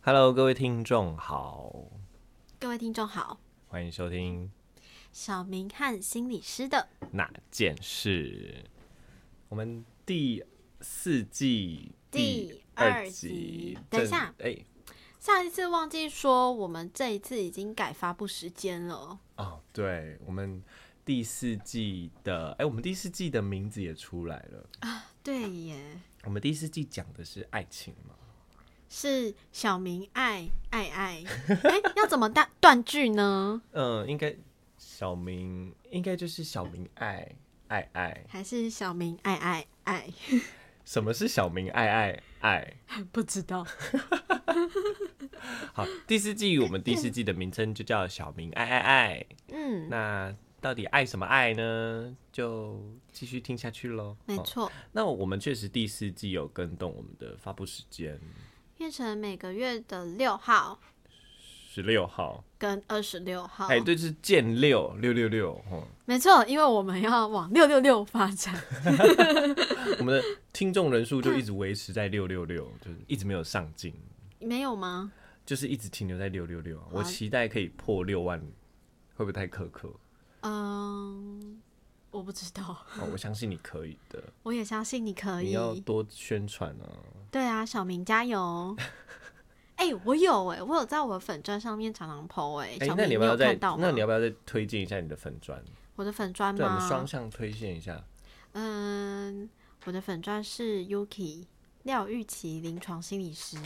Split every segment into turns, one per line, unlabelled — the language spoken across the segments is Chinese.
Hello，各位听众好，
各位听众好，
欢迎收听
小明和心理师的
那件事，我们第四季
第二集。等一下，
正哎、
上一次忘记说，我们这一次已经改发布时间了。
哦，对，我们第四季的，哎、我们第四季的名字也出来了。
对耶，
我们第四季讲的是爱情嘛？
是小明爱爱 爱，哎、要怎么断断句呢？
嗯、应该小明应该就是小明爱爱爱。
还是小明爱爱爱？
什么是小明爱爱爱？
不知道。
好，第四季我们第四季的名称就叫小明爱爱爱。
嗯，
那到底爱什么爱呢？就继续听下去喽。
没
哦，
错，
那我们确实第四季有跟动我们的发布时间，
变成每个月的六号
十六号。
跟二十六号。
哎、对，是见六六六六。哦
没错，因为我们要往六六六发 展。
我们的听众人数就一直维持在六六六，就是一直没有上进，
没有吗？
就是一直停留在六六六。我期待可以破六万，会不会太苛刻？
嗯，我不知道。
哦，我相信你可以的，
我也相信你可
你
以。
要多宣传啊。
对啊，小明加油！哦哎、我有哎、我有在我的粉砖上面常常 PO 哎、
哎、
小
那
明
你要不
有
要再
看到吗？
那你要不要再推荐一下你的粉砖？
我的粉砖
对，我们
吗
双？向推荐一下。
嗯，我的粉砖是 Yuki 廖玉琪临床心理师。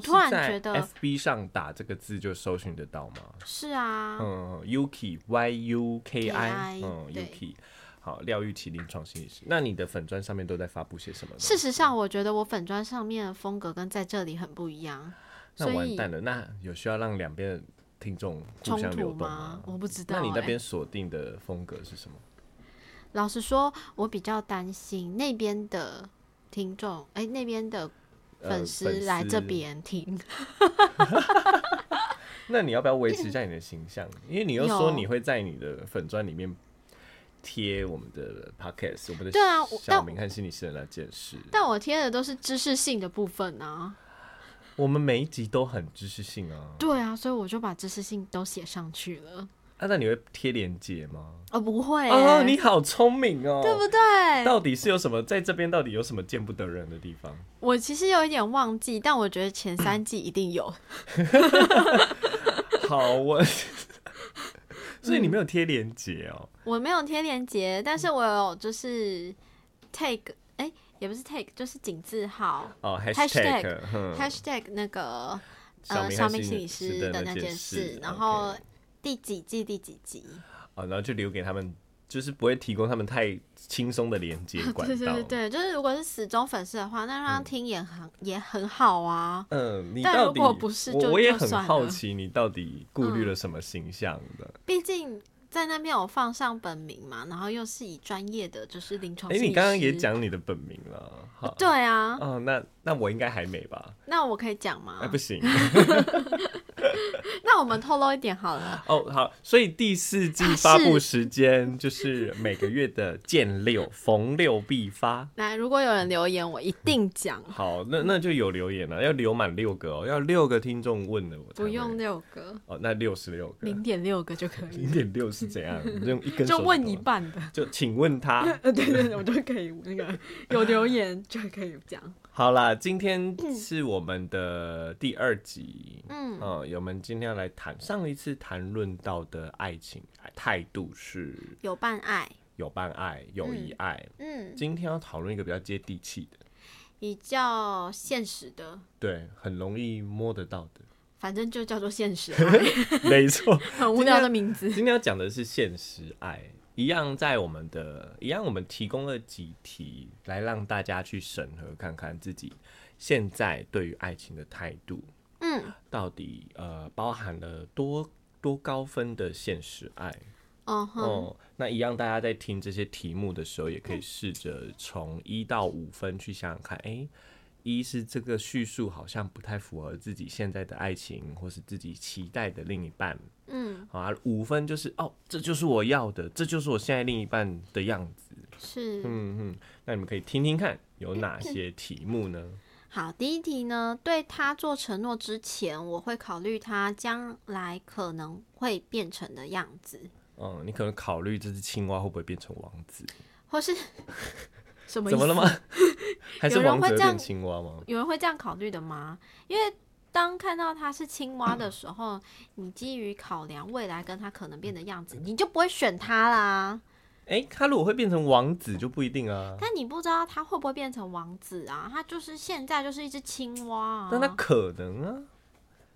我
突然觉得
FB 上打这个字就搜寻得到吗？
是啊，
嗯，Yuki Y U K I，
KI
嗯
对
，Yuki。好，廖玉琪临床心理师。那你的粉砖上面都在发布些什么呢？
事实上我觉得我粉砖上面的风格跟在这里很不一样，
那
所
完
以
蛋了。那有需要让两边的听众互
冲
相流
突
动吗？
我不知道、
那
哎。
你那边锁定的风格是什么？
老实说，我比较担心那边的听众，哎、那边的
呃
粉丝来这。边听。
那你要不要维持 一下你的形象？因为你又说
有
你会在你的粉砖里面贴我们的 podcast，我们的
对啊我
小
但
明和心理师的那件事。
但我贴的都是知识性的部分啊。
我们每一集都很知识性啊。
对啊，所以我就把知识性都写上去了。
啊，那你会贴链接吗？
哦，不会、
哦，你好聪明哦。
对不对？
到底是有什么在这边？到底有什么见不得人的地 方？
我其实有一点忘记，但我觉得前三季一定有。
好，我所以你没有贴链接哦。
我没有贴链接，但是我有就是 take，哎、也不是 take，就是井字号。
哦
嗯 Hashtag
，#hashtag 哼
hashtag 那个
嗯小
呃
明
小
和
明心
心理
理
师
师
的
的
那
那
件
件
事
事，，然后
OK
第几季第几集？
哦，然后就留给他们，就是不会提供他们太轻松的连接管
对对
道。
对对，就是如果是死忠粉丝的话，那让他听也很、也很好啊。
嗯，你
但
到
如
底
果不是
我
就
我也
就
很
算
好
了嗯
奇，你到底顾虑了什么形象的？
毕竟在那边有放上本名嘛，然后又是以专业的就是临床
哎、
心理师。
你刚刚也讲你的本名了，好，
对啊，
哦，那那我应该还没吧？
那我可以讲
哎、
吗？
不行，
那我们透露一点好了。
哦，好，所以第四季
啊
发布
是
时间就是每个月的见六，逢六必发。
来，如果有人留言，我一定 讲，
好，那那就有留言了，要留满六个哦，要六个听众问了我才
不
会
用六个，
哦，那六十六个，
零点六个就可以，
零点六是怎 样？你用一根手
就
指
问
头
一半的。
就请问他，
呃，对对，对我就可以那个有留言就可以讲。
好啦，今天是我们的第二集，嗯
嗯，
我们今天要来谈上一次谈论到的爱情态度是
有伴爱，
友伴爱、友谊爱，
嗯，
今天要讨论一个比较接地气的，
比较现实的，
对，很容易摸得到 的，
反正就叫做 现实爱，
没错。
很无聊的名字。
今天要讲的是现实爱，一样在我们的，一样我们提供了几题来让大家去审核看看自己现在对于爱情的态度。
嗯，
到底呃包含了多多高分的现实爱
哦哼，
哦、那一样，大家在听这些题目的时候，也可
嗯
以试着从一到五分去想想看，诶，一是这个叙述好像不太符合自己现在的爱情，或是自己期待的另一半
嗯，
啊。五分就是哦，这就是我要的，这就是我现在另一半的样子。嗯
是。
嗯哼，那你们可以听听看有哪些题目呢？
好，第一题呢，对他做承诺之前，我会考虑他将来可能会变成的样子，
嗯，你可能考虑这只青蛙会不会变成王子？
或 是什么意
怎么
思
了吗？ 还是
有人
王
会
子会
这样
变青蛙吗？
有人会这样考虑的吗？因为当看到它是青蛙的时候，你基于考量未来跟它可能变的样子，你就不会选它啦。
哎、他如果会变成王子就不一定啊。
但你不知道它会不会变成王子啊？它就是现在就是一只青蛙啊。
但他可能啊，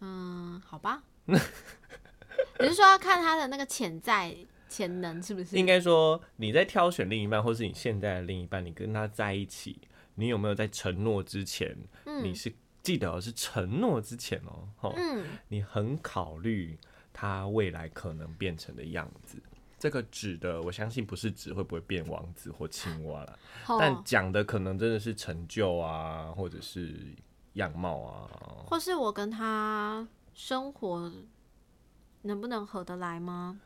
嗯，好吧。 你是说要看它的那个潜在潜能是不是？
应该说你在挑选另一半，或是你现在的另一半，你跟他在一起，你有没有在承诺之前，你
嗯
是记得哦是承诺之前哦，吼
嗯，
你很考虑他未来可能变成的样子。这个指的，我相信不是指会不会变王子或青蛙啦，但
哦，
讲的可能真的是成就啊，或者是样貌啊。
或是我跟它生活能不能合得来吗？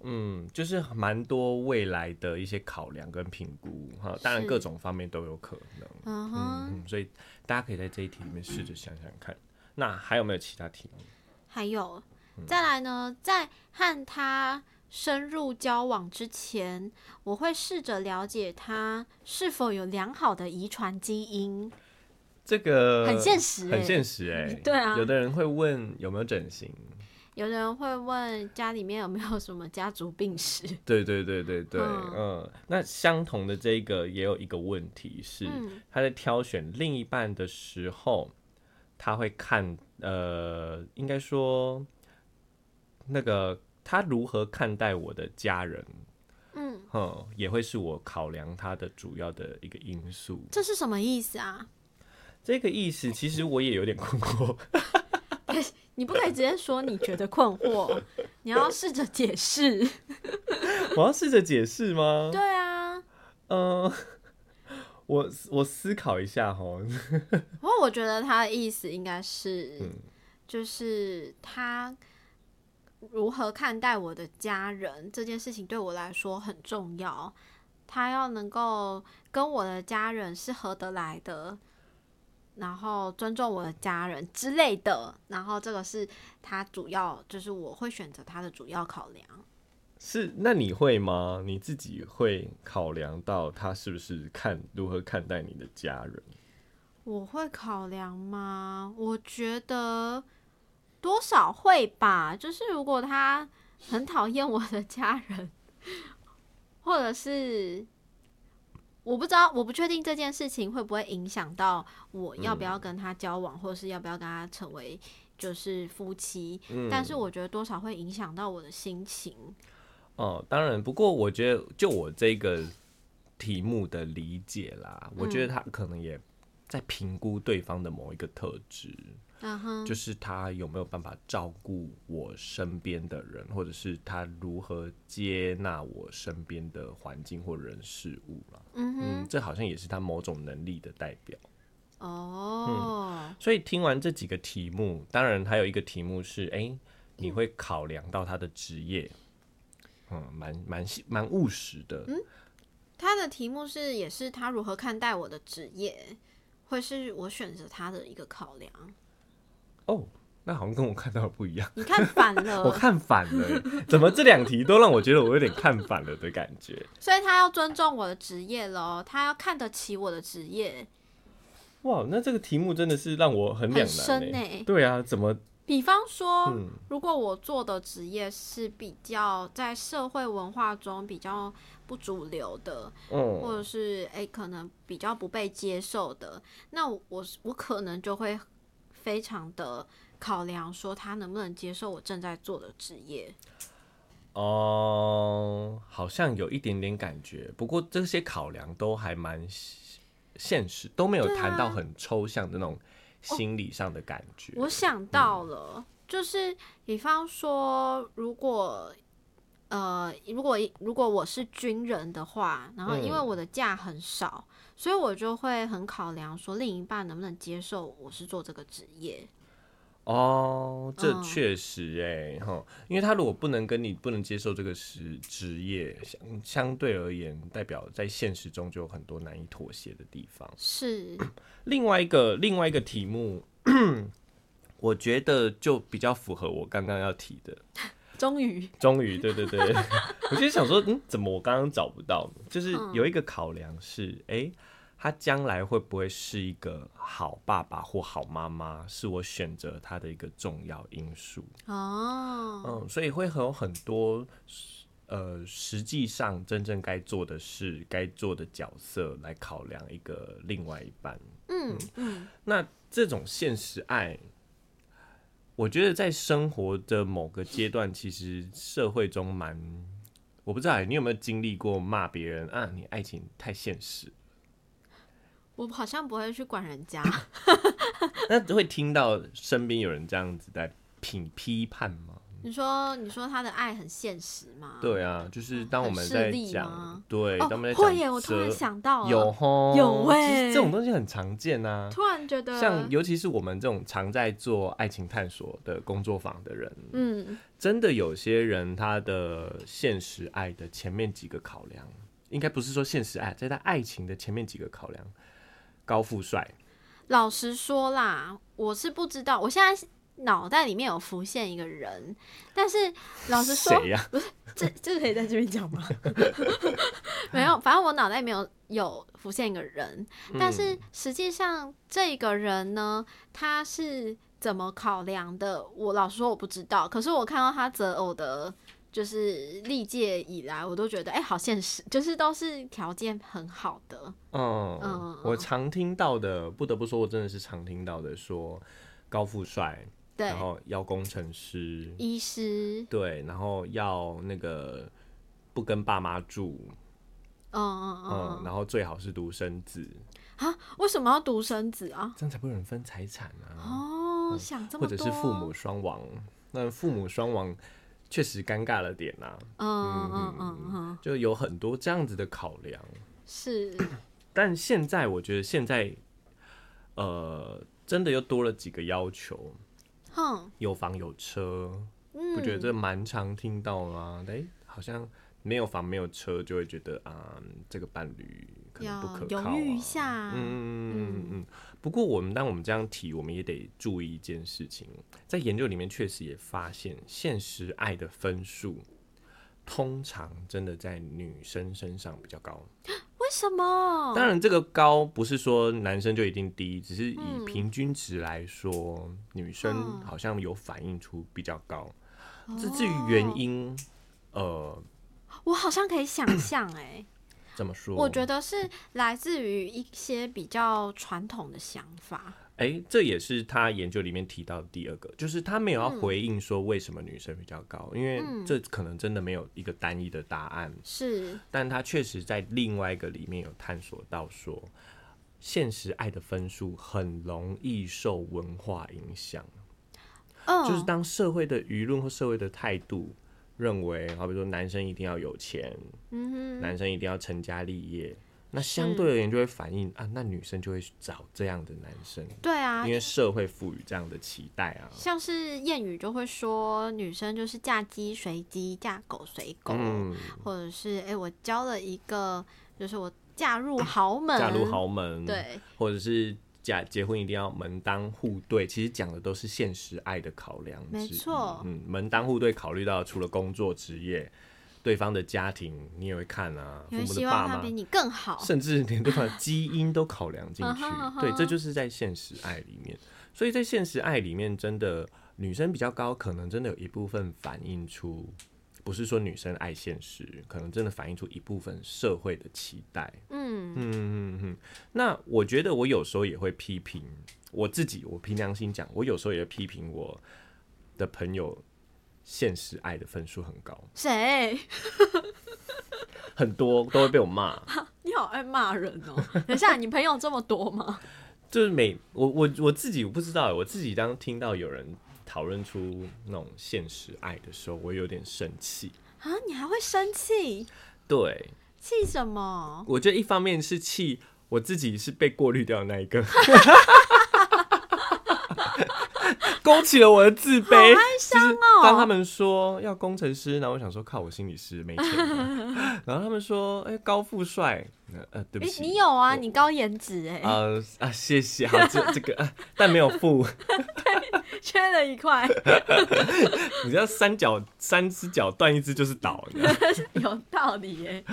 嗯，就是蛮多未来的一些考量跟评估哈，当然
是
各种方面都有可能。
嗯哼。
嗯，嗯所以大家可以在这一题里面试着想想看。那还有没有其他题目？
还有，
嗯
再来呢，在和他深入交往之前，我会试着了解他是否有良好的遗传基因，
这个
很现实、欸。
呃很现实哎、
对啊
有的人会问有没有整形，
有人会问家里面有没有什么家族病史？
对对对对对，嗯
嗯
那相同的这个也有一个问题是，
嗯
他在挑选另一半的时候，他会看呃，应该说那个他如何看待我的家人，
嗯，
嗯，也会是我考量他的主要的一个因素。
这是什么意思啊？
这个意思其实我也有点困惑，
你不可以直接说你觉得困 惑，你要试着解释。
我要试着解释吗？
对啊，
嗯、我我思考一下哈，
不过我觉得他的意思应该是，
嗯
就是他如何看待我的家人这件事情对我来说很重要。他要能够跟我的家人是合得来的，然后尊重我的家人之类的。然后这个是他主要，就是我会选择他的主要考量。
是，那你会吗？你自己会考量到他是不是看如何看待你的家人？
我会考量吗？我觉得多少会吧。就是如果他很讨厌我的家人，或者是我不知道，我不确定这件事情会不会影响到我要不要
嗯
跟他交往，或是要不要跟他成为就是夫妻。但
嗯
是我觉得多少会影响到我的心情。
哦，当然，不过我觉得就我这个题目的理解啦，我觉得他可能也在评估对方的某一个特质，
嗯哼，
就是他有没有办法照顾我身边的人，或者是他如何接纳我身边的环境或人事物啦。
嗯
嗯，
哼，
这好像也是他某种能力的代表。
哦，
所以听完这几个题目，当然还有一个题目是，哎、你会考量到他的职业，嗯，蛮蛮细蛮务实的，
嗯他的题目是，也是他如何看待我的职业，会是我选择他的一个考量。
哦。那好像跟我看到的不一样，
你 看反
我
了，
看反了耶，怎么这两题都让我觉得我有点看反了的感觉？
所以他要尊重我的职业咯，他要看得起我的职业，
哇，那这个题目真的是让我很两
很
难
深
耶
呢、
对啊，怎么
比方说，
嗯
如果我做的职业是比较在社会文化中比较不主流的，
嗯
或者是诶、可能比较不被接受的，那我我是我可能就会非常的考量说他能不能接受我正在做的职业。
哦，好像有一点点感觉，不过这些考量都还蛮现现实，都没有
对啊
谈到很抽象的那种心理上的感觉。
我想到了，就是比方说，如果呃，如果如果我是军人的话，然后因为
嗯
我的假很少，所以我就会很考量说，另一半能不能接受我是做这个职业。
哦，这
嗯
确实哎、哈、因为他如果不能跟你不能接受这个职职业，相相对而言，代表在现实中就有很多难以妥协的地方。
是，
另外一个另外一个题目，我觉得就比较符合我刚刚要提的。
终于，
终于，对对对，我就想说，嗯，怎么我刚刚找不到呢？就是有一个考量是，诶，他将来会不会是一个好爸爸或好妈妈，是我选择他的一个重要因素。
哦，
嗯，所以会有很多呃，实际上真正该做的事、该做的角色来考量一个另外一半。
嗯嗯，
那这种现实爱，我觉得在生活的某个阶段，其实社会中蛮……我不知道欸你有没有经历过骂别人啊？你爱情太现实，
我好像不会去管人家，
那会听到身边有人这样子在评批判吗？
你说你说他的爱很现实吗？
对啊，就是当我们
很势
在
利
讲
吗，
对，
哦
当我们在，讲
会耶，我突然
择
想到了
有，吼
有
其实这
欸
种东西很常见啊。
突然觉得，
像尤其是我们这种常在做爱情探索的工作坊的人，
嗯，
真的有些人他的现实爱的前面几个考量，应该不是说现实爱，在他爱情的前面几个考量，高富帅，
老实说啦，我是不知道，我现在脑袋里面有浮现一个人，但是老实说，
谁啊呀、
这这个可以在这边讲 吗？ 没有，反正我脑袋里面有有浮现一个人，但是
嗯
实际上这个人呢，他是怎么考量的？我老实说我不知道，可是我看到他择偶的。就是历届以来，我都觉得哎、好现实，就是都是条件很好的，
嗯，
嗯
我常听到的，不得不说，我真的是常听到的说高富帅，
对
然，后要工程师，
医师，
对，然后要那个不跟爸妈住，
嗯嗯嗯
嗯，然后最好是独生子，
啊，为什么要独生子啊？
这样才不会有人分财产啊，
哦，想这
或
么
者
多，
是父母，双亡，那父母双亡确实尴尬了点呐、啊
嗯嗯嗯嗯，
就有很多这样子的考量。
是，
但现在我觉得现在，呃，真的又多了几个要求，
哼，
有房有车，
嗯，
不觉得这蛮常听到吗？哎、好像没有房没有车就会觉得啊、这个伴侣可能不
要
可靠、啊。
犹豫一下，
嗯嗯嗯。不过我们当我们这样提，我们也得注意一件事情，在研究里面确实也发现，现实爱的分数通常真的在女生身上比较高。
为什么？
当然，这个高不是说男生就一定低，只是以平均值来说，女生好像有反映出比较高。这至于原因，呃，
我好像可以想象、 哎，
怎么说？
我觉得是来自于一些比较传统的想法，
哎、这也是他研究里面提到的第二个，就是他没有要
嗯
回应说为什么女生比较高，因为这可能真的没有一个单一的答案，
是，
但他确实在另外一个里面有探索到说，现实爱的分数很容易受文化影响，
嗯，
就是当社会的舆论或社会的态度认为，好比说男生一定要有钱，
嗯
男生一定要成家立业，那相对而言就会反映啊，那女生就会找这样的男生。
哼，对啊
因。为社会赋予这样的期待啊。
像是谚语就会说，女生就是嫁鸡随鸡，嫁狗随狗。
嗯，
或者是哎、诶我交了一个，就是我嫁入豪门，
嫁入豪门，，
对，
或者是嫁结婚一定要门当户对，其实讲的都是现实爱的考量之一。
没错
嗯，门当户对考虑到除了工作、职业，对方的家庭你也会看啊，父
因为
母的
希望
爸
他
妈
比。你更好。
甚至连对方的基因都考量进去
哦嗯哼嗯，哼
对，这就是在现实爱里面。所以在现实爱里面，真的女生比较高，可能真的有一部分反映出，不是说女生爱现实，可能真的反映出一部分社会的期待。
嗯，
嗯嗯嗯。那我觉得我有时候也会批评我自己，我凭良心讲，我有时候也会批评我的朋友，现实爱的分数很高，
谁？
很多都会被我骂。
你好爱骂人哦！ 等一下，你朋友这么多吗？
就是每我我我自己我不知道欸，我自己当听到有人讨论出那种现实爱的时候，我有点生气。
啊，你还会生气？
对，
气什么？
我觉得一方面是气我自己是被过滤掉的那一个，勾起了我的自
好
卑。
哀
就
伤
是
哦。
当他们说要工程师，然后我想说靠，我心理师没钱了。 然后他们说，哎、高富帅，呃呃，对不
诶
起，
你有啊，
我
你高颜值哎、
呃啊，谢谢，好，这这个，啊但没有付，
缺了一块，
你知道三脚三只脚断一只就是倒，你知道吗
有道理哎、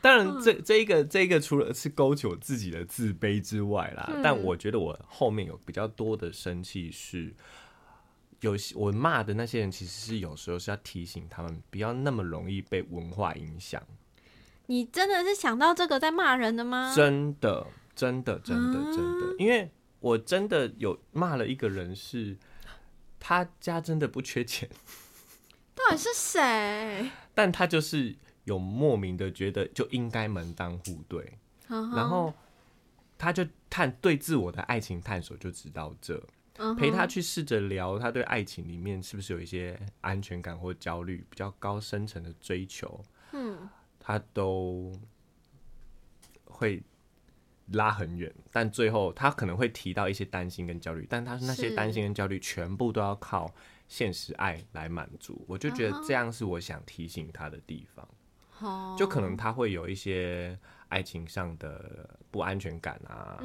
当然这
嗯
这一个这一个除了是勾起我自己的自卑之外啦，
嗯
但我觉得我后面有比较多的生气是。有些我骂的那些人，其实是有时候是要提醒他们不要那么容易被文化影响，
你真的是想到这个在骂人的吗？
真的，真的，真的，真
啊
的，因为我真的有骂了一个人是，他家真的不缺钱，
到底是谁？
但他就是有莫名的觉得就应该门当户对，然
然
后他就探对自我的爱情探索就知道这，
嗯
陪他去试着聊他对爱情里面是不是有一些安全感或焦虑，比较高深层的追求，
嗯，
他都会拉很远，但最后他可能会提到一些担心跟焦虑，但他那些
是
担心跟焦虑全部都要靠现实爱来满足，我就觉
啊
得
哈
这样是我想提醒他的地方。
哦，
就可能他会有一些爱情上的不安全感啊，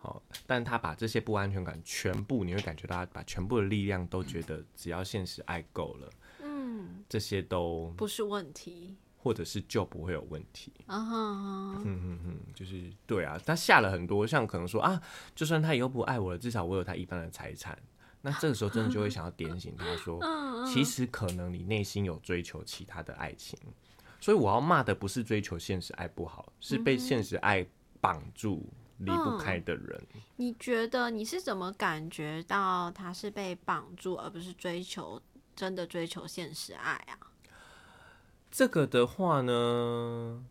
好、
嗯
但他把这些不安全感全部，你会感觉到他把全部的力量都觉得只要现实爱够了，
哼，嗯，
这些都
不是问题。
或者是就不会有问题。
啊哈，
嗯嗯嗯，就是对啊，他下了很多，像可能说啊，就算他以后不爱我了，至少我有他一半的财产。那这个时候真的就会想要点醒 他说，
嗯
其实可能你内心有追求其他的爱情，所以我要骂的不是追求现实爱不好，是被现实爱绑住离不开的人。
你觉得你是怎么感觉到他是被绑住，而不是追求真的追求现实爱啊？
这个的话呢，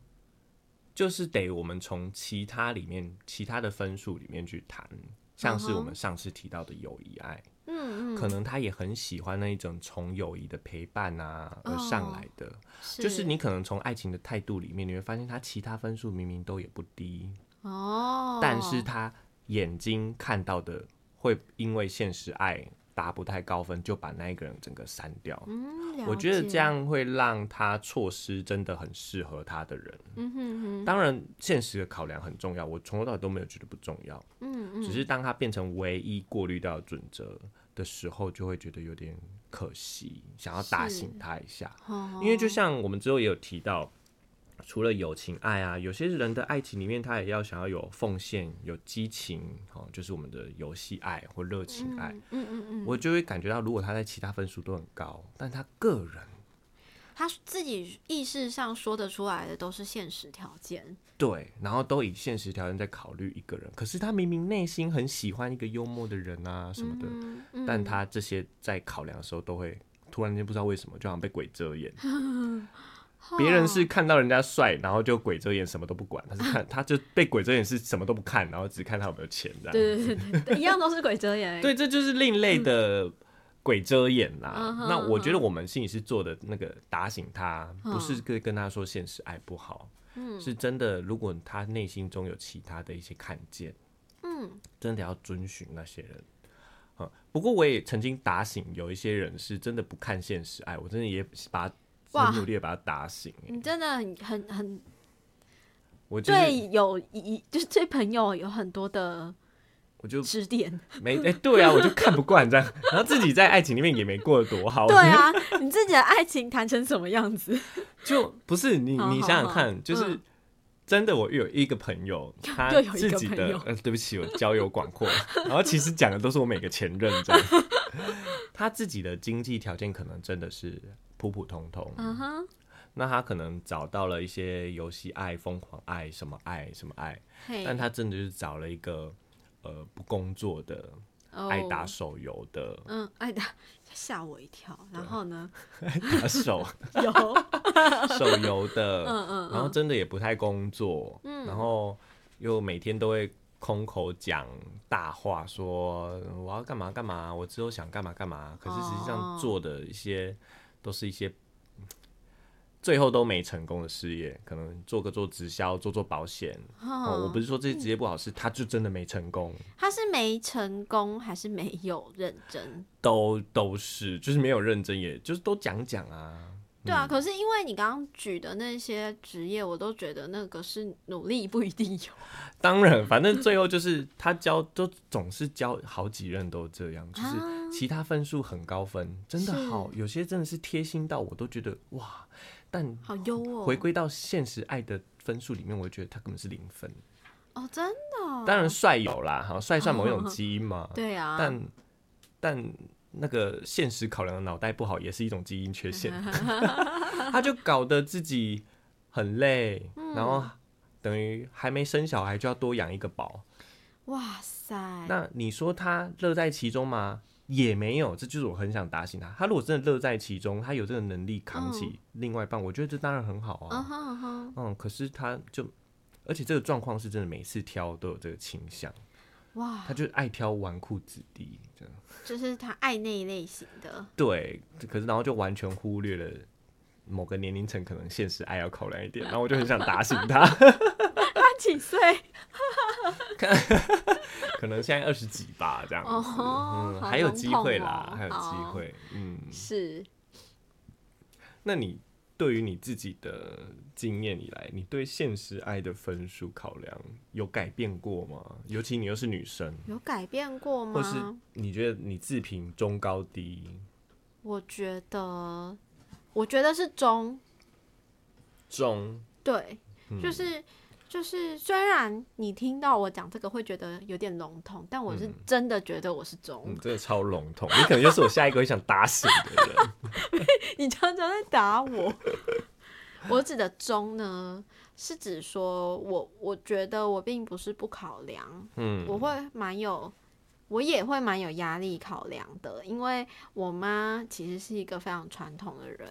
就是得我们从其他里面其他的分数里面去谈，像是我
嗯哼
们上次提到的友谊爱，
嗯嗯，
可能他也很喜欢那一种从友谊的陪伴啊而
哦
上来的，就是你可能从爱情的态度里面，你会发现他其他分数明明都也不低，
哦，
但是他眼睛看到的会因为现实爱打不太高分，就把那一个人整个删掉。
嗯，了
我觉得
解
这，样会让他错失真的很适合他的人。
嗯哼哼，
当然，现实的考量很重要，我从头到尾都没有觉得不重要，
嗯嗯，
只是当他变成唯一过滤到的准则的时候，就会觉得有点可惜，想要打醒他一下。
哦
因为就像我们之后也有提到，除了友情爱啊，有些人的爱情里面，他也要想要有奉献、有激情，哦，就是我们的游戏爱或热情爱。
嗯嗯嗯，
我就会感觉到，如果他在其他分数都很高，但他个人
他自己意识上说得出来的都是现实条件，
对，然后都以现实条件在考虑一个人，可是他明明内心很喜欢一个幽默的人啊什么的，
嗯嗯
但他这些在考量的时候都会。突然间不知道为什么，就好像被鬼遮眼。别人是看到人家帅，然后就鬼遮眼，什么都不管。他是看，他就被鬼遮眼，是什么都不看，然后只看他有没有钱这样。
对对对对，一样都是鬼遮眼。
对，这就是另类的鬼遮眼啦。
嗯哼
那我觉得我们心理师做的那个打醒他，
嗯
不是跟跟他说现实爱不好，是真的。如果他内心中有其他的一些看见，
嗯，
真的要遵循那些人。嗯，不过我也曾经打醒有一些人是真的不看现实爱，我真的也把他
哇
很努力的把他打醒、欸
你真的很很很
我就是
对友谊，就是对朋友有很多的
我就
指点。
没哎、对啊，我就看不惯这样，然后自己在爱情里面也没过得多好，
对啊，你自己的爱情谈成什么样子？
就 不是你，
好
你
好
想想
好
看，就是
嗯
真的，我有一个朋 友，他
又有一
自
个
己
朋
的
友，
呃，对不起，我交友广阔， 然后其实讲的都是我每个前任这样，他自己的经济条件可能真的是普普通通，
嗯哼，
那他可能找到了一些游戏爱、疯狂爱、什么爱、什么爱，
嘿，
但他真的就是找了一个呃不工作的、爱打
哦
手游的
嗯，爱打 吓我一跳。然后呢，
打手。
有
手游的，
嗯嗯
然后真的也不太工作，然后又每天都会空口讲大话，说呃我要干嘛干嘛，我之后想干嘛干嘛，可是实际上
哦
做的一些都是一些最后都没成功的事业，可能做个做直销，做做保险。
嗯
哦，我不是说这些职业不好，是他就真的没成功，
他是没成功还是没有认真？
都都是就是没有认真也，就是都讲讲啊。
对啊，可是因为你刚刚举的那些职业，我都觉得那个是努力不一定有。
当然，反正最后就是他教都总是教好几任都这样，就是
啊
其他分数很高分，真的好，有些真的是贴心到我都觉得哇，但
好优哦，
回归到现实爱的分数里面，我觉得他根本是零分。
哦，真的哦、
当然帅有啦，哈，帅算某种基因嘛，
对啊，
但但那个现实考量的脑袋不好也是一种基因缺 陷，他就搞得自己很累，
嗯
然后等于还没生小孩就要多养一个宝。
哇塞，
那你说他乐在其中吗？也没有，这就是我很想打醒他。他如果真的乐在其中，他有这个能力扛起另外一半，我觉得这当然很好啊。
嗯哼嗯哼，
嗯，可是他就，而且这个状况是真的，每次挑都有这个倾向，
哇，
他就爱挑纨绔子弟这样。
就是他爱那一类型的，
对，可是然后就完全忽略了某个年龄层可能现实爱要考量 一点，然后我就很想打醒他，
他几岁？
可能现在二十几吧这样子，
哦
嗯，
好
还有
笼
机
统
会
哦
啦，还有
好
机会，嗯，
是
那你。对于你自己的经验以来，你对现实爱的分数考量有改变过吗？尤其你又是女生，
有改变过吗？
或是你觉得你自评中高低
我觉得，我觉得是中，
中，
对，
嗯
就是就是，虽然你听到我讲这个会觉得有点笼统，但我是真的觉得我是中，
嗯，真的超笼统，你可能就是我下一个会想打死的人。
你常常在打我。 我指的中呢，是指说我我觉得我并不是不考量，
嗯，
我会蛮有，我也会蛮有压力考量的，因为我妈其实是一个非常传统的人，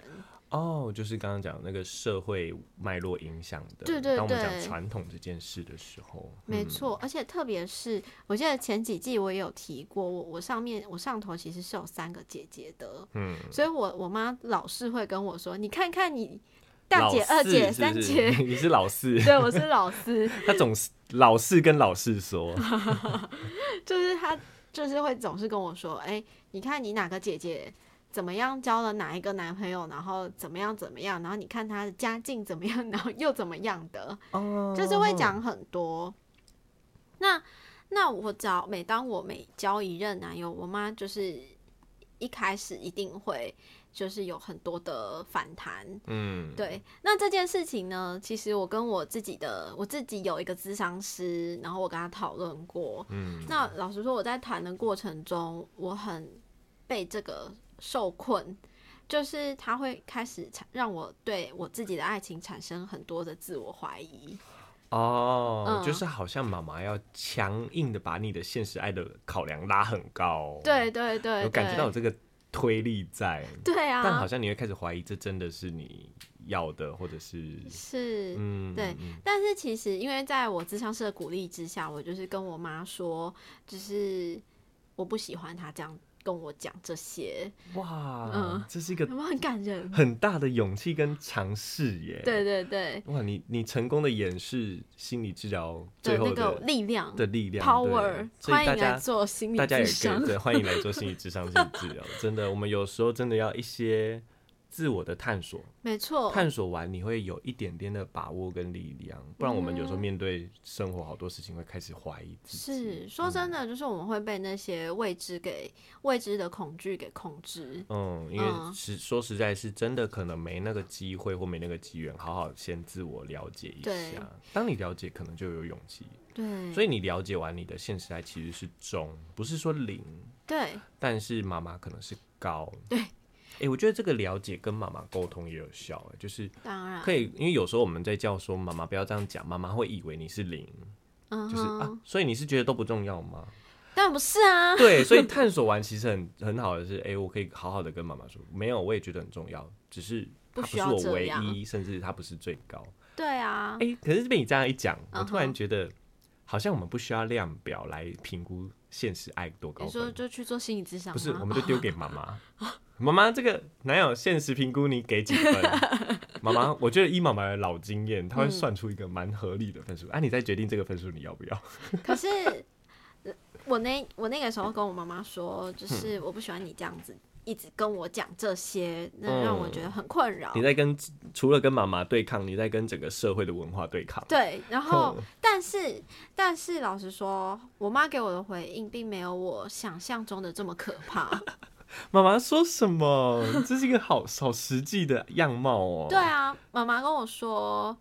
哦，就是刚刚讲那个社会脉络影响的，
对对
当我们讲
对
传统这件事的时候，
没
嗯
错，而且特别是我记得前几季我也有提过，我我上面我上头其实是有三个姐姐的，
嗯，
所以我我妈老是会跟我说，你看看你大姐、
老
二
四
姐、
是不
三
是
姐，
你是老四，
对我是老师，
他总是老是跟老四说，
就是她就是会总是跟我说，哎、你看你哪个姐姐。怎么样交了哪一个男朋友，然后怎么样怎么样，然后你看她的家境怎么样，然后又怎么样的，
哦，
就是会讲很多。那那我只要每当我每交一任男友，我妈就是一开始一定会就是有很多的反弹。
嗯，
对，那这件事情呢，其实我跟我自己的我自己有一个咨商师，然后我跟他讨论过。
嗯，
那老实说，我在谈的过程中，我很被这个受困，就是他会开始产让我对我自己的爱情产生很多的自我怀疑。
哦，
嗯
就是好像妈妈要强硬的把你的现实爱的考量拉很高，，
对对对，
有感觉到有这
对
个推力在，
对
但好
啊，
像你会开始怀疑，这真的是你要的，或者是
是。
嗯，
对但是其实，因为在我智商师的鼓励之下，我就是跟我妈说，就是我不喜欢她这样跟我讲这些，
哇，
嗯
这是一个
有没有很 感人？
很大的勇气跟尝试耶。，
对对对
哇，你你成功的演示心理治疗
的
最后
那
的
个力量
的力量
power，
对所
欢
以大
迎来
家
做心理
大家也
智
可
商
以。对 欢迎来做心理智商心理治疗，真的，我们有时候真的要一些自我的探索，
没错，
探索完你会有一点点的把握跟力量，不然我们有时候面对生活好多事情会开始怀疑自己。
是说真的，就是我们会被那些未知给未知的恐惧给控制。
嗯，因为
嗯
实说实在是真的，可能没那个机会或没那个机缘，好好先自我了解一
对嗯
下。当你了解，可能就有勇气。
对，
所
以
以你了解完你的现实爱其实是中，不是说零，
对
但是妈妈可能是高。
对，
哎、我觉得这个了解跟妈妈沟通也有效、诶就是
当然
可以，因为有时候我们在叫说妈妈不要这样讲，妈妈会以为你是零，
嗯
就是、
哼，
啊，所以你是觉得都不重要吗？
当然不是啊，
对，所以探索完其实很很好的是，哎、我可以好好的跟妈妈说，没有，我也觉得很重要，只是它
不
不
需
是
要
我
这
唯
样
一，甚至它不是最高。
对啊，
哎、可是被你这样一讲，我突
嗯
然
哼
觉得好像我们不需要量表来评估现实爱多高
你说
分，
就去做心理咨询吗？
不是，我们就丢给妈妈。 妈妈，这个男友现实评估你给几分？妈妈，我觉得依妈妈的老经验，她会算出一个蛮合理的分数。啊，你再决定这个分数你要不要？
可是呃我那我那个时候跟我妈妈说，
嗯
就是我不喜欢你这样子一直跟我讲这些，那让我觉得很困扰。
嗯你在跟除了跟妈妈对抗，你在跟整个社会的文化对抗。
对，然后
哼
但是但是老实说，我妈给我的回应并没有我想象中的这么可 怕。
哦妈妈说什么？这是一个好好实际的样貌哦。
对啊，妈妈跟我说，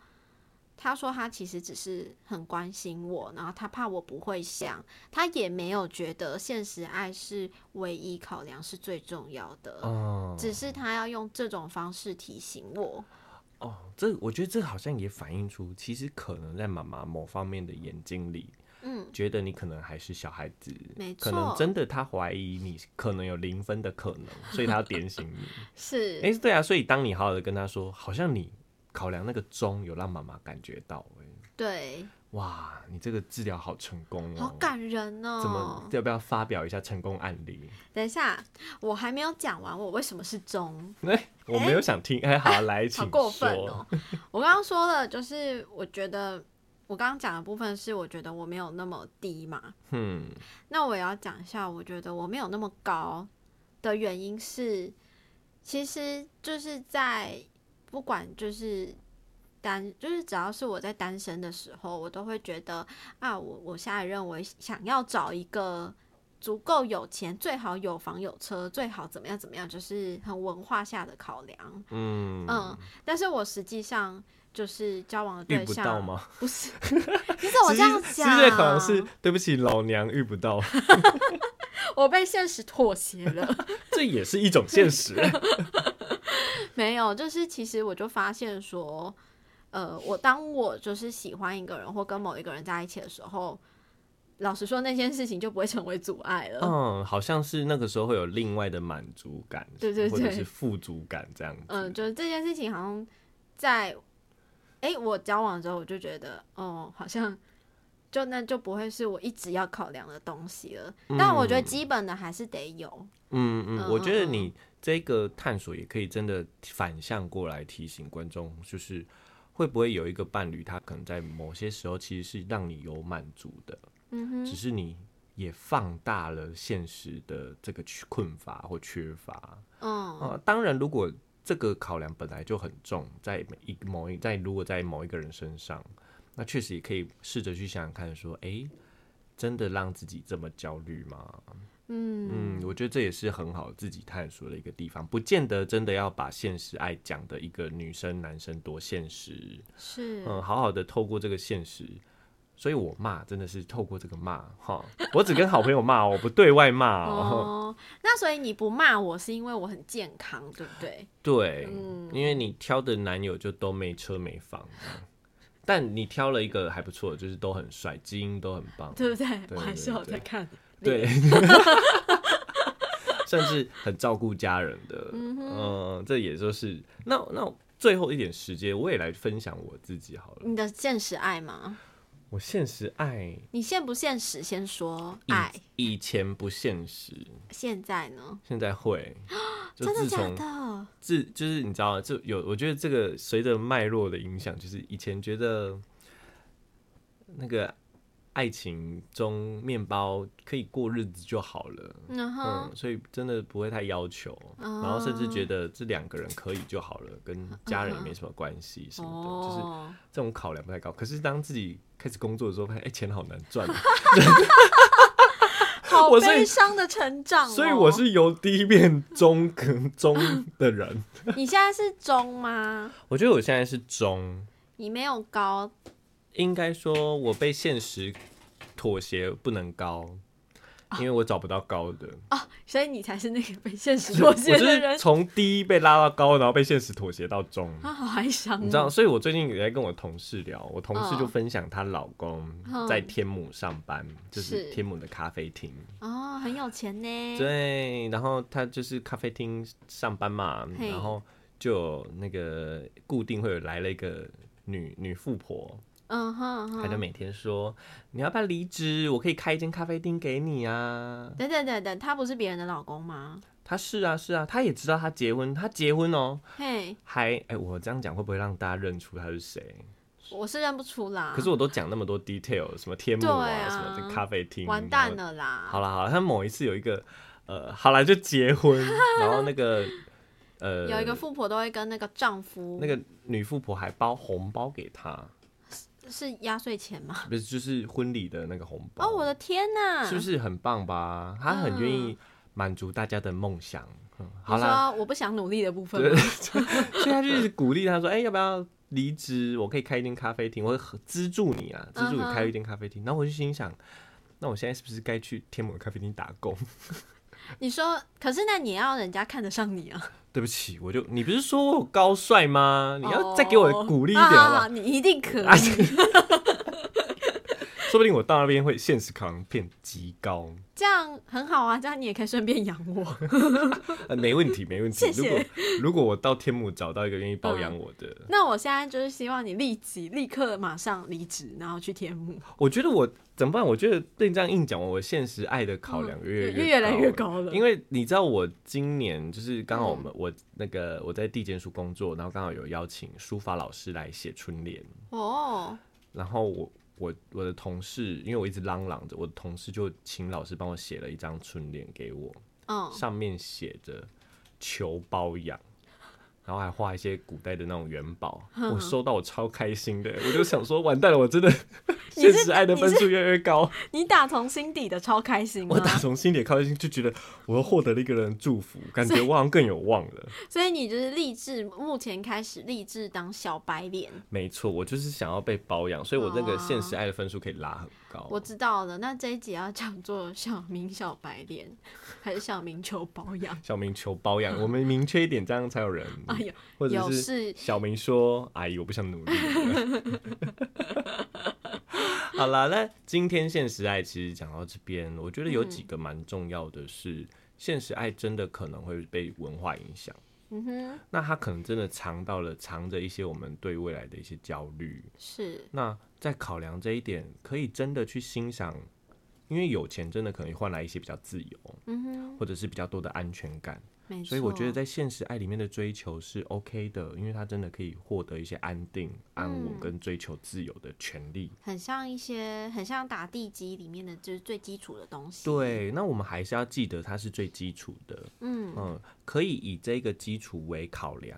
她说她其实只是很关心我，然后她怕我不会想，她也没有觉得现实爱是唯一考量是最重要的，
哦
只是她要用这种方式提醒我。
哦，这我觉得这好像也反映出，其实可能在妈妈某方面的眼睛里，
嗯，
觉得你可能还是小孩子，
没
可能
错
真的他怀疑你可能有零分的可能，所以他要点醒你。
是，
哎、对啊，所以当你好好的跟他说，好像你考量那个钟有让妈妈感觉到、哎，
对，
哇，你这个治疗好成功哦，
好感人哦。
怎么要不要发表一下成功案 例？
等一下，我还没有讲完，我为什么是钟？
哎、我没有想听，哎、好 来，请
好
说。
过分哦！ 我刚刚说的，就是我觉得我刚刚讲的部分是，我觉得我没有那么低嘛。
嗯，
那我也要讲一下，我觉得我没有那么高的原因是，其实就是在不管就是单，就是只要是我在单身的时候，我都会觉得啊，我我下一任我想要找一个足够有钱，最好有房有车，最好怎么样怎么样，就是很文化下的考量。
嗯
嗯，但是我实际上就是交往的
遇
对
不到
象
吗？
不是， 你怎么哦这样
实际
讲？
实际可能是对不起，老娘遇不 到，
我被现实妥协了。
这也是一种现实。
没有，就是其实我就发现说，呃，我当我就是喜欢一个人或跟某一个人在一起的时候，老实说那件事情就不会成为阻碍了。
嗯，好像是那个时候会有另外的满足感，
对对
或
对
者是富足感这样子。
嗯、就是这件事情好像在，哎、我交往之后我就觉得，哦，好像就那就不会是我一直要考量的东西了。但我觉得基本的还是得有。
嗯嗯，
嗯
我觉得你这个探索也可以真的反向过来提醒观众，就是会不会有一个伴侣，他可能在某些时候其实是让你有满足的，
嗯
只是你也放大了现实的这个缺困乏或缺乏。
嗯，
啊，当然，如果这个考量本来就很重，在每一某一在如果在某一个人身上，那确实也可以试着去想想看，说，诶，真的让自己这么焦虑吗？嗯我觉得这也是很好自己探索的一个地方，不见得真的要把现实爱讲的一个女生男生多现实，
是，
嗯，好好的透过这个现实。所以我骂真的是透过这个骂哈，我只跟好朋友骂哦，我不对外骂哦。
哦，那所以你不骂我是因为我很健康，对不对？
对，因为你挑的男友就都没车没房，但你挑了一个还不错，就是都很帅，基因都很棒，
对不对？
对
我还是
对
有
对
在看。
对， 甚至很照顾家人的，嗯，这也就是那那最后一点时间，我也来分享我自己好了。
你的现实爱吗？
我现实爱
你现不现实？先说
以
爱，
以前不现实，现
现在呢？
现在 会，嗯就
真的
自
假
从
的？
自就是你知道，就有我觉得这个随着脉络的影响，就是以前觉得那个爱情中面包可以过日子就好了，
嗯哦哼，
嗯，所以真的不会太要求，然后甚至觉得这两个人可以就好了，跟家人也没什么关系什么的，就是
哦，
这种考量不太高。可是当自己开始工作的时候，发现哎、钱好难赚哦，
好
我所以
悲伤的成长哦。
啊所以我是由低变中跟中的人，
你现在是中吗？
我觉得我现在是中。
你没有高，
应该说，我被现实妥协不能高，
啊
因为我找不到高的。
所以你才是那个被现实
我
妥
就
协的
是
人。
从低被拉到高，然后被现实妥协到中。
他好哀伤哦，
你知道，所以我最近也在跟我同事聊，我同事就
嗯
分享她老公
嗯
在天母上班，就是
是
天母的咖啡厅。
哦，很有钱呢。
对，然后他就是咖啡厅上班嘛，
嘿
然后就有那个固定会有来了一个女女富婆，
嗯哼
他就
哼。
每天说：“你要不要离职？我可以开一间咖啡厅给你啊。
等等等等，他不是别人的老公吗？”
他是啊是啊，他也知道他结婚，他结婚哦，
嘿，
还哎、我这样讲会不会让大家认出他是谁？
我是认不出啦。
可是我都讲那么多 detail，什么天幕
对啊
什么这咖啡厅，
完蛋。了啦！
好啦好啦，他某一次有一个呃，好啦就结 婚，然后那个呃，
有一个富婆都会跟那个丈夫，
那个女富婆还包红包给他，
是压岁钱吗？
不是就是婚礼的那个红包。
哦，我的嗯天哪！
是不是很棒吧？他很愿意满足大家的梦想。嗯，好啦，，
我不想努力的部分
对
吗，
所以他就一直鼓励他说：“哎、要不要离职？我可以开一间咖啡厅，我会合资助你啊，资助你
嗯哼
开一间咖啡厅。然后我就心想，那我现在是不是该去天母的咖啡厅打工？
你说，可是那你也要人家看得上你啊！
对不起，我就你不是说我高帅吗？ 你要再给我
哦
鼓励一
啊
点
啊
好不好
啊你一定 可
啊
以。
说不定我到那边会现实考量变极高。
这样很好啊，这样你也可以顺便养我。
呃，没问题，没问题。
谢谢
如
嗯
果如果我到天母找到一个愿意包养我的，
那我现在就是希望你立即、立刻、马上离职，然后去天幕，
我觉得我怎么办？我觉得被你这样硬讲，我现实爱的考量越
嗯越
越
来越
高
高
欸。
了。
因
为
为你知道，我今年就是刚好我
嗯
们、我那个我在地检署工作，然后刚好有邀请书法老师来写春联，
哦，
然后我我我的同事，因为我一直嚷嚷着，我的同事就请老师帮我写了一张春联给我，
嗯，
上面写着“求包养”，然后还画一些古代的那种元宝。
嗯
我收到，我超开心的，我就想说，完蛋了，我真的
你
现
是嗯
实爱的
你
分数越来越高。
你打从心底的超开心
我
啊！
打从心里开心，就觉得我又获得了一个人的祝福，感觉我好像更有望 了。
所以你就是立志，目前开始立志当小白脸。
没错，我就是想要被包养，所以我那个现实爱的分数可以拉很高。
我知道了，那这一集要叫做小明小白脸，还是小明求保 养？
小明求包 养，我们明确一点，这样才有人。
哎呦，
嗯或者
有
是
事
小明说：“阿姨，我不想努力了。” 好啦，那今天现实爱其实讲到这边，我觉得有几个蛮重要的是，现实爱真的可能会被文化影响，
嗯哼，
那它可能真的藏到了藏着一些我们对未来的一些焦虑。
是
那在考量这一点，可以真的去欣赏，因为有钱真的可能换来一些比较自由，
嗯哼，
或者是比较多的安全感。
没错。
所以我觉得在现实爱里面的追求是 OK 的，因为他真的可以获得一些安定、安
嗯
稳跟追求自由的权利。
很像一些，很像打地基里面的，就是最基础的东西。，
对，那我们还是要记得它是最基础的，
嗯，
嗯，可以以这个基础为考量。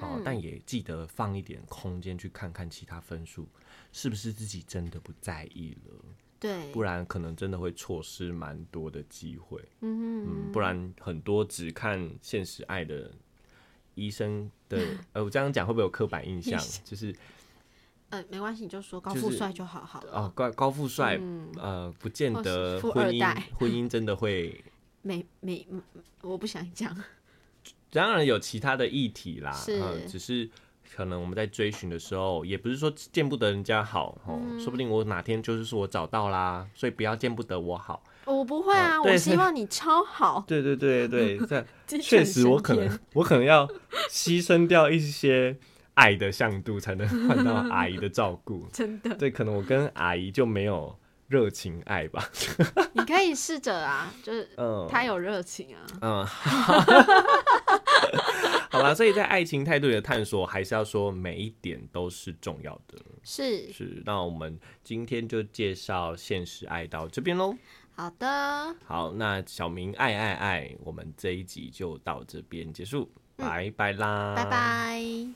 哦，
嗯
但也记得放一点空间去看看其他分数是不是自己真的不在意了，
对，
不然可能真的会错失蛮多的机会。
嗯哼，
嗯，不然很多只看现实爱的医生 的，呃，我这样讲会不会有刻板印象？就是
呃，没关系，你就说高
就
富
是
帅就好好了，
哦，高高富帅，呃，不见
嗯或
得
是富
婚
二
姻
代
婚姻真的会，
没没，嗯我不想讲。
当然有其他的议题啦，
是
嗯，只是。可能我们在追寻的时候，也不是说见不得人家好哦，
嗯
说不定我哪天就是说我找到啦，所以不要见不得我好。
我不会啊，
哦对
我希望你 超好。
对对对对，在
鸡犬
确实，我可
升。
能我可能要牺牲掉一些爱的向度，才能换 到阿姨的照顾
真的，
对，可能我跟阿姨就没有热情爱吧。
你可以试着啊，就是
嗯
他有热情啊，
嗯，好吧。所以在爱情态度里的探索，还是要说每一点都是重要的。
是
是，那我们今天就介绍现实爱到这边喽。
好的，
好，那小明爱嗯爱爱，我们这一集就到这边结束，拜拜啦，
拜拜。